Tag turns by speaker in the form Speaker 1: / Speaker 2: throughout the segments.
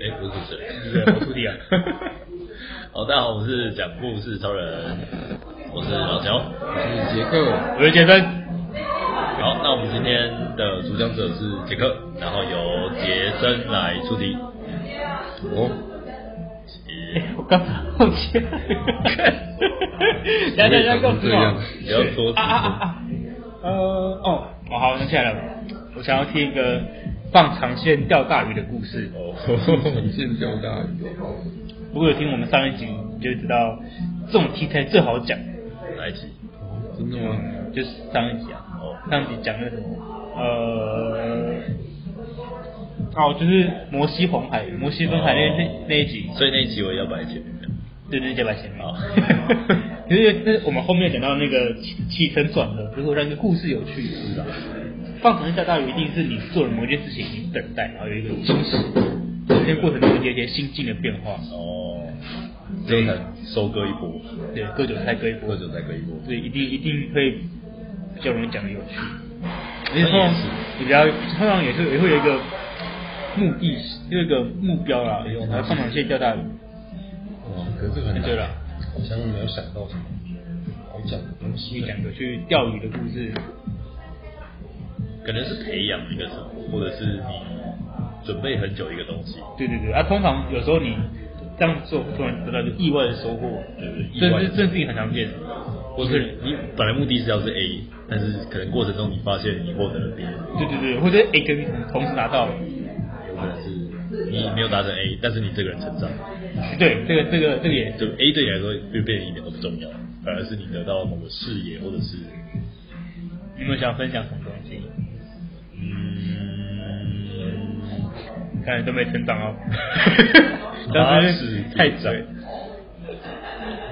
Speaker 1: 哎、不是谁，是我徒弟啊。 好，大家好，我是讲故事超人，我是老乔，
Speaker 2: 是杰克，
Speaker 1: 我是杰森。好，那我们今天的主讲者是杰克，然后由杰森来出题。
Speaker 2: 哦，
Speaker 3: 我刚才忘记了，等一下等一下，给我
Speaker 2: 这样
Speaker 3: 思考。
Speaker 1: 不要说
Speaker 3: 啊啊啊
Speaker 1: 哎
Speaker 3: 啊！呃，哦，我好想起来了，我想要听一个放长线钓大鱼的故事。
Speaker 1: 哦，
Speaker 2: 一线钓大鱼哦，
Speaker 3: 如果有听我们上一集，你就会知道这种题材最好讲，
Speaker 1: 来一集。
Speaker 2: 真的吗？
Speaker 3: 就是上一集啊，
Speaker 1: 哦，
Speaker 3: 上一集讲那个什么，呃，哦，就是摩西红海、摩西分海那那
Speaker 1: 哦
Speaker 3: 那一集，
Speaker 1: 所以那一集我也要摆前面。
Speaker 3: 对对，加把钱包
Speaker 1: 好。
Speaker 3: 可是那我们后面讲到那个起起承转合，如何让一个故事有趣？是啊。放长线钓大鱼，一定是你做了某件事情，你等待，然后有一个终始，那过程中有一些心境的变化。
Speaker 1: 哦，这样才能收割一波，
Speaker 3: 对，割韭菜割一波
Speaker 1: 或，者再割一波。
Speaker 3: 对，一定一定会比较容易讲的有趣。而且
Speaker 1: 那
Speaker 3: 通
Speaker 1: 也
Speaker 3: 常
Speaker 1: 是
Speaker 3: 你比较通常也是也会有一个目的，有一个目标啦，然后放长线钓大鱼。
Speaker 2: 哇，可是很
Speaker 3: 那
Speaker 2: 难
Speaker 3: 对了，
Speaker 2: 好像没有想到什么好讲的东
Speaker 3: 去
Speaker 2: 西。
Speaker 3: 讲个去钓鱼的故事，
Speaker 1: 可能是培养一个什么，或者是你准备很久一个东西，
Speaker 3: 对对对，啊，通常有时候你这样做，突然得到一个意外的收获，
Speaker 1: 对不对？意
Speaker 3: 这
Speaker 1: 外
Speaker 3: 是
Speaker 1: 的
Speaker 3: 这是很常见的。
Speaker 1: 或是你本来目的是要是 A，但是可能过程中你发现你获得了 B，
Speaker 3: 对对对，或者 A 跟 B 同时拿到，
Speaker 1: 有可能是你没有达成 A，但是你这个人成长，
Speaker 3: 对，这个这个这个也
Speaker 1: 就 A 对你来说就变得一点都不重要，反而是你得到某个视野或者是
Speaker 3: 你们想分享什么东西？
Speaker 1: 嗯，，
Speaker 3: 看来都没成长哦当
Speaker 1: 他
Speaker 3: 时
Speaker 1: 是
Speaker 3: 太长，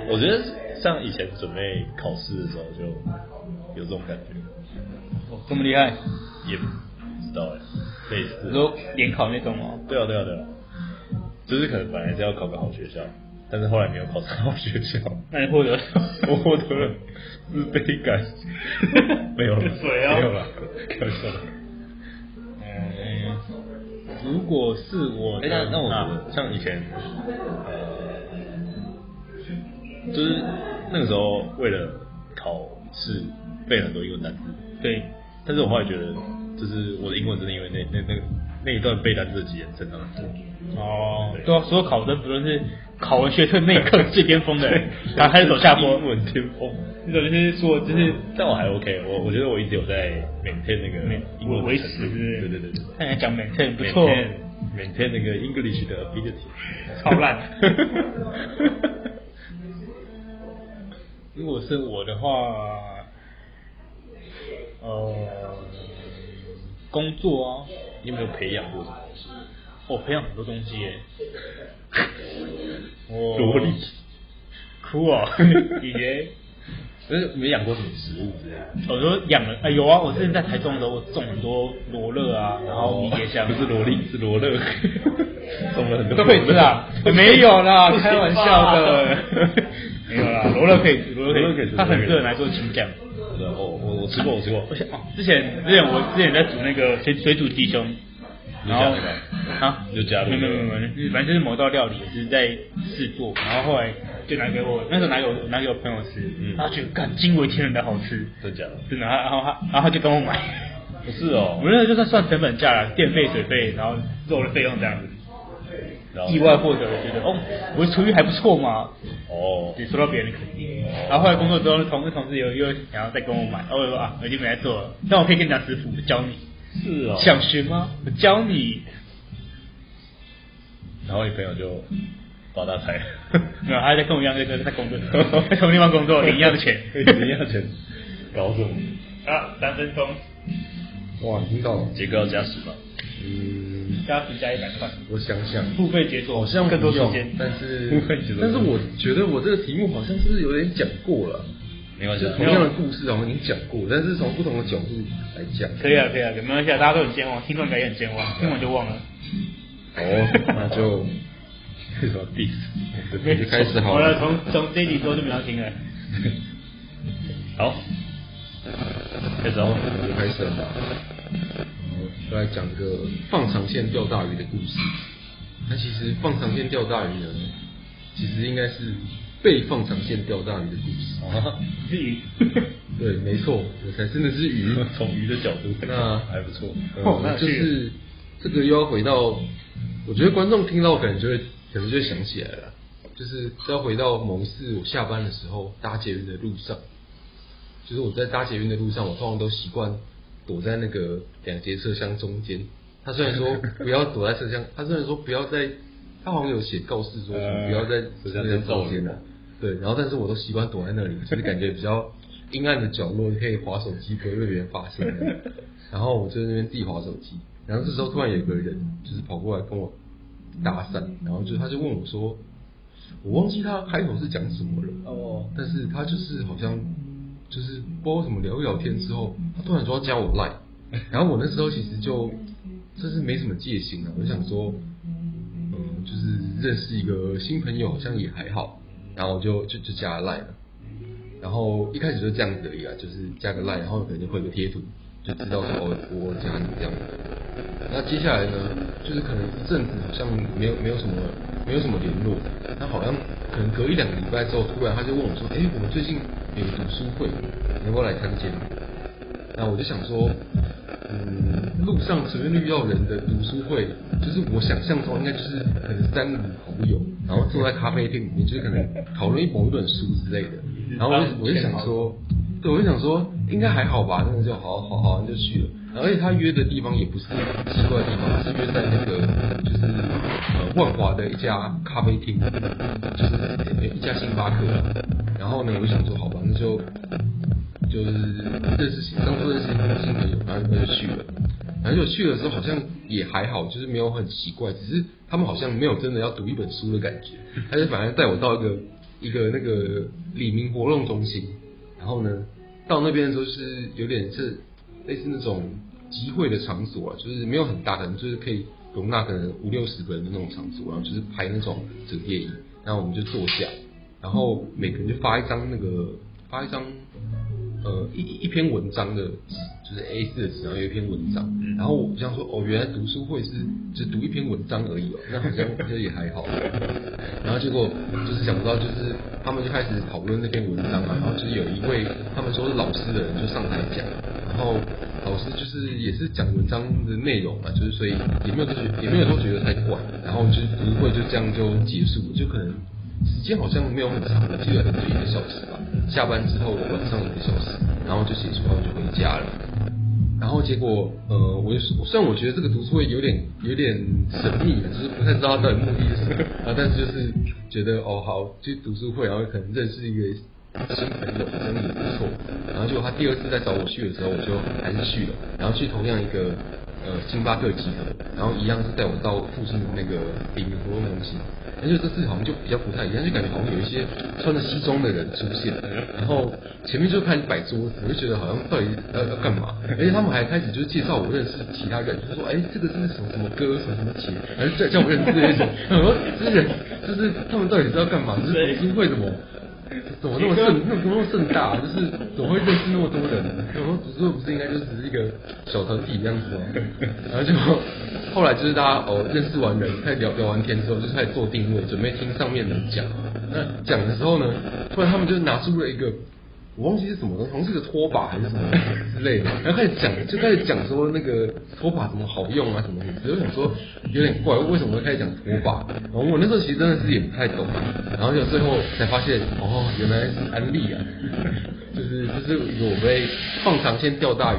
Speaker 1: 我觉得像以前准备考试的时候就有这种感觉，
Speaker 3: 哦这么厉害，
Speaker 1: 也不知道哎，类似
Speaker 3: 你说联考那种哦，
Speaker 1: 对啊，对啊，对啊，就是可能本来是要考个好学校，但是后来没有考上好学校，
Speaker 3: 那你获 得
Speaker 1: 我获得了自卑 感。没有了，
Speaker 3: 水哦
Speaker 1: 没有了，开玩笑的。
Speaker 3: 嗯，如果是我
Speaker 1: 哎、
Speaker 3: 的
Speaker 1: 那
Speaker 3: 话，
Speaker 1: 那我觉
Speaker 3: 啊
Speaker 1: 得像以前，呃，就是那个时候为了考试背了很多英文单词，
Speaker 3: 对，
Speaker 1: 但是我后来觉得，就是我的英文真的因为那那那个那一段背单词的经验成长很多。
Speaker 3: 哦，对啊，所有考生不论是考完学测那一刻最巅峰的， 然后开始走下坡
Speaker 1: 英，文巅峰。
Speaker 3: 那种就是说嗯就是
Speaker 1: 但我还 OK，我我觉得我一直有在 maintain 那个英文
Speaker 3: 维
Speaker 1: 的
Speaker 3: 持
Speaker 1: 程度对对对对，
Speaker 3: 看起来哎讲 maintain 不
Speaker 1: maintain-
Speaker 3: 错，
Speaker 1: ，maintain 那个 English 的 ability，
Speaker 3: 超 烂。
Speaker 1: 如果是我的话，
Speaker 3: 呃，工作啊，
Speaker 1: 你有没有培养过什么东西？
Speaker 3: 我培养很多东 西耶。我
Speaker 1: 萝莉，
Speaker 3: 哭哦，以前
Speaker 1: 就是没养过什么食物之类的。
Speaker 3: 我说养了，哎有啊，我之前在台中的时候，我种很多罗勒啊，然后迷迭香，
Speaker 1: 不是萝莉，是罗 勒，种了很多
Speaker 3: 都可以吃啊
Speaker 1: 罗勒
Speaker 3: 没有啦
Speaker 1: 不行吧
Speaker 3: 开玩笑 的没有啦，罗勒可以吃，罗勒
Speaker 1: 罗勒
Speaker 3: 可
Speaker 1: 可
Speaker 3: 以
Speaker 1: 以
Speaker 3: 吃，
Speaker 1: 吃
Speaker 3: 它很适合拿来做青酱。
Speaker 1: 对我我我吃过，我吃过。
Speaker 3: 我想哦，之前之前我之前在煮那个水水煮鸡胸，
Speaker 1: 你就加
Speaker 3: 然后
Speaker 1: 那个
Speaker 3: 啊
Speaker 1: 你就加那
Speaker 3: 没
Speaker 1: 个
Speaker 3: 有没有没有，就是反正就是某道料理我是在制作，然后后来就拿给我那时候拿给我拿给我朋友吃，
Speaker 1: 嗯
Speaker 3: 他觉得干惊为天人的好吃，
Speaker 1: 真假的？
Speaker 3: 真的，他然后他然后他就跟我买，
Speaker 1: 不是哦
Speaker 3: 我，那时候就算算成本价了，电费水费，然后肉的费用这样子，
Speaker 1: 然后
Speaker 3: 意外获得了觉得哦，我的厨艺还不错嘛，
Speaker 1: 哦，
Speaker 3: 只受到别人的肯定。然后后来工作之后，同事同事又又想要再跟我买，哦我 说啊，我已经没在做了，但我可以跟你讲师傅，我教你。
Speaker 1: 是哦。
Speaker 3: 想学吗？我教你。
Speaker 1: 然后你朋友就发大财，。
Speaker 3: 没有，他在跟我一样在在在工作，在同地方工作，领一样的 钱
Speaker 1: 一样的钱，搞什么？
Speaker 3: 啊，三分钟，
Speaker 2: 哇，听到了，
Speaker 1: 杰哥要加十吗？
Speaker 2: 嗯，
Speaker 3: 加时加一百块，
Speaker 2: 我想想，
Speaker 3: 付费解锁，
Speaker 2: 好像
Speaker 3: 更多
Speaker 2: 没
Speaker 3: 时
Speaker 2: 有
Speaker 3: 间。
Speaker 2: 但是
Speaker 1: 不会觉得
Speaker 2: 但是我觉得我这个题目好像是不是有点讲过了？
Speaker 1: 没关系
Speaker 2: 就
Speaker 1: 啊，
Speaker 2: 同样的故事好像已经讲过，但是从不同的角度来讲。
Speaker 3: 可以啊，可以啊，没关系啊，大家都很健忘，听众应该也很健忘，听完就忘了。
Speaker 2: 哦，那就
Speaker 1: 为什么 diss？我们的
Speaker 3: 没
Speaker 2: 就开始好了
Speaker 3: 了，从从这一集之后就没有听了。
Speaker 1: 好，开始哦，
Speaker 2: 我就开始了。我来讲个放长线钓大鱼的故事。那其实放长线钓大鱼呢，其实应该是被放长线钓大鱼的故事。
Speaker 1: 啊，
Speaker 3: 你是鱼，
Speaker 2: 对，没错，我才真的 是鱼。
Speaker 1: 从鱼的角度看，
Speaker 2: 那
Speaker 3: 嗯
Speaker 1: 还不错。
Speaker 3: 哦
Speaker 2: 呃
Speaker 3: 那，
Speaker 2: 就
Speaker 3: 这个
Speaker 2: 是这个又要回到，我觉得观众听到可能就会可能就会想起来了，就是要回到某一次我下班的时候搭捷运的路上，就是我在搭捷运的路上，我通常都习惯躲在那个两节车厢中间。他虽然 说不要躲在车厢，他虽然说不要在，他好像有写告示说什么
Speaker 1: 呃
Speaker 2: 不要在
Speaker 1: 车厢
Speaker 2: 中
Speaker 1: 间照
Speaker 2: 间啊
Speaker 1: 人
Speaker 2: 了。对，然后但是我都习惯躲在那里，就是感觉比较阴暗的角落，可以划手机，不会被别人发现。 然后我就在那边地划手机，然后这时候突然有一个人就是跑过来跟我搭讪，然后就他就问我说，我忘记他开头是讲什么了，
Speaker 3: 哦，
Speaker 2: 但是他就是好像就是不知道为什么聊一聊天之后，他突然说要加我 line，然后我那时候其实就就是没什么戒心啊，我就想说，嗯，就是认识一个新朋友好像也还好，然后我就就就加了 line 了，然后一开始就这样子而已啊，就是加个 line，然后可能就会个贴图，就知道说哦我加你这样子。那接下来呢，就是可能一阵子好像没有没有什么没有什么联络，那呃好像可能隔一两个礼拜之后，突然他就问我说，哎、我们最近有个读书会，你要不要来参加？那我就想说，嗯，路上随便遇到人的读书会，就是我想象中应该就是可能三五好友，然后坐在咖啡厅里面，就是可能讨论某一本书之类的。然后我就我就想说，对，我就想说应该还好吧，那我就好好好，那就去了。然后而且他约的地方也不是奇怪的地方，是约在那个就是呃万华的一家咖啡厅，就是呃一家星巴克。然后呢，我就想说好吧，那就就是认识新，当初认识一个新朋友，然后就去了。然后就去的时候好像也还好，就是没有很奇怪，只是他们好像没有真的要读一本书的感觉，他就反而带我到一个一个那个李明活动中心，然后呢，到那边的时候就是有点是类似那种集会的场所啊，就是没有很大，可能就是可以容纳可能五六十个人的那种场所，然后就是排那种折叠椅，然后我们就坐下，然后每个人就发一张那个发一张呃一一篇文章的纸，就是 A 4的纸，然后有一篇文章，然后我想说哦，原来读书会是只读一篇文章而已哦，那好像这也还好， 然后结果就是想不到，就是他们就开始讨论那篇文章啊嘛，然后就是有一位他们说是老师的人就上台讲，然后老师就是也是讲文章的内容嘛，就是所以也没有都觉也没有都觉得太怪，然后就是读会就这样就结束，就可能时间好像没有很长，我记得就一个小时吧。下班之后晚上一个小时，然后就写书包就回家了。然后结果，呃，我就虽然我觉得这个读书会有点有点神秘，啊就是不太知道它的目的是什么，啊，但是就是觉得哦好，去读书会，然后可能认识一个新朋友，好像也不错。然后结果他第二次再找我去的时候，我就还是去了，然后去同样一个呃星巴克集合，然后一样是带我到附近的那个领民活动中心。而且这次好像就比较不太一样，就感觉好像有一些穿着西装的人出现，然后前面就开始摆桌子，我就觉得好像到底呃要要干嘛？而且他们还开始就是介绍我认识其他人，就说哎、这个是什么什么歌什么什么琴，还是叫叫我认识这些人。我说这些人就是他们到底是要干嘛？就是读书会怎么？怎么那么盛，那么那么盛大、就是怎么会认识那么多人？我说读书会不是应该就只是一个小团体这样子吗？然后就后来就是大家哦认识完人，开始聊聊完天之后，就是开始做定位，准备听上面人讲。那讲的时候呢，突然他们就拿出了一个我忘记是什么东西，好像是个拖把还是什么之类的，然后开始讲，就开始讲说那个拖把怎么好用啊，什么什么，我就想说有点怪，为什么会开始讲拖把？然后我那时候其实真的是也不太懂，然后就最后才发现，哦，原来是安利啊， 就是就是我被放长线钓大鱼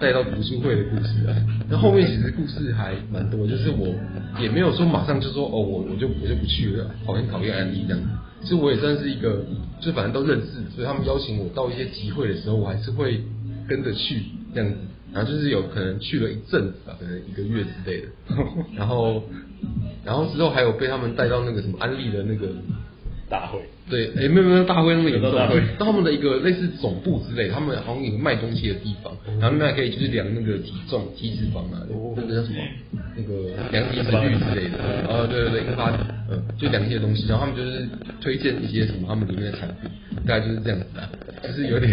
Speaker 2: 带到读书会的故事啊。那后面其实故事还蛮多，就是我也没有说马上就说哦，我我就我就不去了，讨厌讨厌安利这样子。其实我也算是一个，就反正都认识，所以他们邀请我到一些集会的时候，我还是会跟着去这样子。然后就是有可能去了一阵子吧，可能一个月之类的。然后，然后之后还有被他们带到那个什么安利的那个
Speaker 1: 大会，
Speaker 2: 对，哎、没有没有大会那么严重，
Speaker 1: 有到大会
Speaker 2: 到他们的一个类似总部之类，他们好像有个卖东西的地方，
Speaker 1: 哦
Speaker 2: 然后那边还可以就是量那个体重、
Speaker 1: 哦
Speaker 2: 体脂肪啊，那个叫什么，那个量体脂率之类的，哦，对对对，英巴体。嗯，就讲一些东西，然后他们就是推荐一些什么他们里面的产品，大概就是这样子啊，就是有点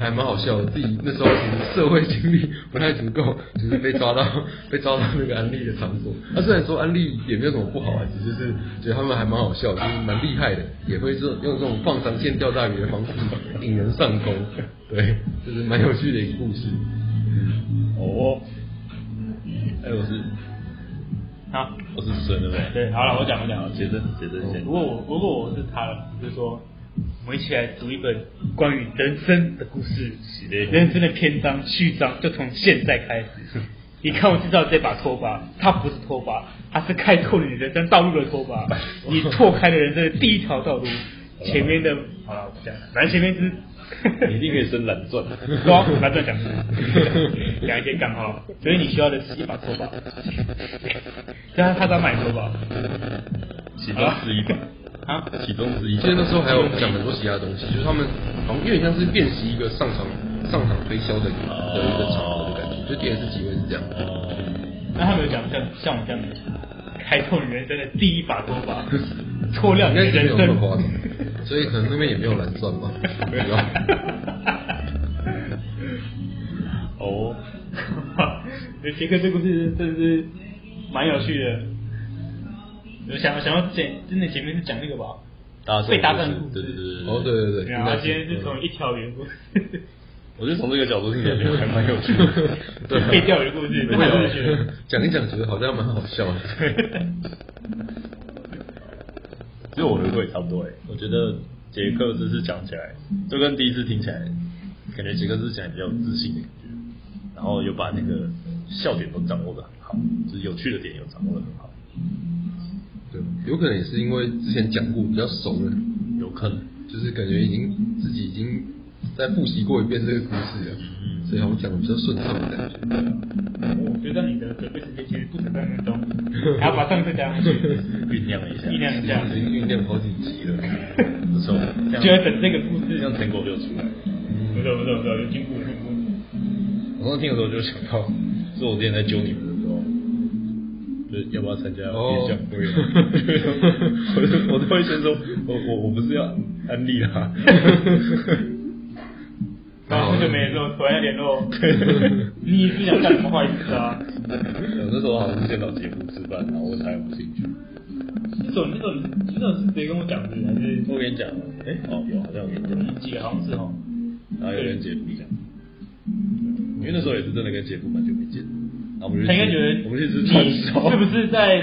Speaker 2: 还蛮好笑的。自己那时候其实社会经历不太足够，就是被抓到被抓到那个安利的场所。那、虽然说安利也没有什么不好啊，只是就是觉得他们还蛮好笑，就是蛮厉害的，也会这用这种放长线钓大鱼的方式引人上钩。对，就是蛮有趣的一个故事。
Speaker 1: 哦，哎，我是
Speaker 3: 好，
Speaker 1: 我是主持人对不对？
Speaker 3: 对，好了，我讲我讲了。
Speaker 1: 学生学生先
Speaker 3: 如，果我如果我是他了，我就说我们一起来读一本关于人生的故事
Speaker 1: 是，的
Speaker 3: 人生的篇章序章，就从现在开始。你看，我知道这把拖把，它不是拖把，它是开拓你人生道路的拖把。你拓开了人生的第一条道路，前面的好了，我不讲了，反正前面就是
Speaker 1: 你 一定可以升蓝钻。
Speaker 3: 说啊，来这讲，讲一些干话。所以你需要的是一把拖把，这样他在买拖把。
Speaker 1: 其中之一吧，
Speaker 3: 啊，
Speaker 1: 其中之一吧。
Speaker 2: 其实那时候还有讲很多其他东西，就是他们好像有点像是练习一个上场上场推销的的一个场合的感觉，就电视机会是这样。
Speaker 3: 那他们有讲像像我这样的，开拓你人生的第一把拖把，错亮
Speaker 2: 应
Speaker 3: 你
Speaker 2: 该
Speaker 3: 的
Speaker 2: 是没
Speaker 3: 人
Speaker 2: 有那
Speaker 3: 生
Speaker 2: 么。夸张，所以可能那边也没有蓝钻 吧，没有。
Speaker 1: 哦，
Speaker 3: 我杰克这故事真的是蛮有趣的。我想想要前真的前面是讲那个吧，
Speaker 1: 搭讪
Speaker 3: 被搭讪
Speaker 1: 故事
Speaker 3: 故
Speaker 1: 对
Speaker 3: 事
Speaker 1: 对对
Speaker 2: 哦，对对对，
Speaker 3: 然后啊今天是嗯从一条鱼故事，
Speaker 1: 我觉得从这个角度听起来还蛮有趣的。
Speaker 2: 对
Speaker 3: 被钓鱼故事，真的蛮有趣的。
Speaker 2: 讲一讲，觉得好像蛮好笑的。
Speaker 1: 其实我的歌也差不多哎，我觉得杰克这次讲起来，就跟第一次听起来，感觉杰克这次讲得比较有自信的感觉，然后有把那个笑点都掌握的很好，就是有趣的点有掌握的很好，
Speaker 2: 对，有可能也是因为之前讲过比较熟了，
Speaker 1: 有可能。
Speaker 2: 就是感觉已经自己已经在复习过一遍这个故事了，
Speaker 3: 嗯
Speaker 2: 所以好像讲的比较顺畅的感觉。
Speaker 3: 我觉得你的准备时间其实不止三 分钟，还要把上次讲下去，
Speaker 1: 酝酿一下，
Speaker 3: 酝酿一下，
Speaker 2: 已经酝酿好几集了。
Speaker 1: 不错，这
Speaker 3: 就要
Speaker 1: 样
Speaker 3: 等这个故
Speaker 1: 这
Speaker 3: 事。
Speaker 1: 样成果就出来了。
Speaker 3: 不错不错不错，有进步有进步。
Speaker 1: 我刚听的时候就想到，是我之前在揪你们的时候，就是要不要参加演讲会啊？ 我就我都会先说，我我我不是要安利啊 啦，
Speaker 3: 然后很久 没联络，突然联络，你是想干什么坏事啊？
Speaker 1: 我那时候好像是先找杰夫吃饭，然后我才有兴趣。
Speaker 3: 那种那种那种是直接跟我讲的，还是
Speaker 1: 我跟你讲，哎、哦，有好像有跟你讲，
Speaker 3: 你几个好像是哦？
Speaker 1: 然后有跟杰夫讲，因为那时候也是真的跟杰夫蛮久没 见，然后我们就
Speaker 3: 他
Speaker 1: 去
Speaker 3: 应该觉得
Speaker 1: 我们去吃
Speaker 3: 你
Speaker 1: 串烧，
Speaker 3: 是不是在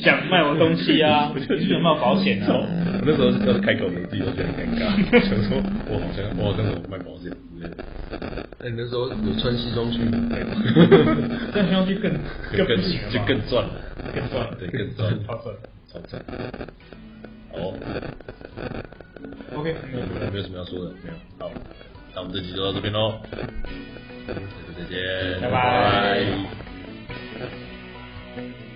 Speaker 3: 想卖 我东西啊？你是不是有卖我保险
Speaker 1: 然后
Speaker 3: 啊？
Speaker 1: 我 那时候要是开口，我自己都觉得很尴尬，想说我好像我好像有卖保险之类的。
Speaker 2: 那哎你那时候有穿西装去 吗？
Speaker 3: 这样兄弟更更不行了
Speaker 1: 就
Speaker 3: 吧
Speaker 1: 更赚了，
Speaker 3: 更赚了
Speaker 1: 对，更赚了，
Speaker 3: 超赚了。
Speaker 1: 超赚。哦，
Speaker 3: OK，没有
Speaker 1: 没有什么要说的，没有。好，那我们这集就到这边喽，下次再见，
Speaker 3: 拜拜
Speaker 1: 拜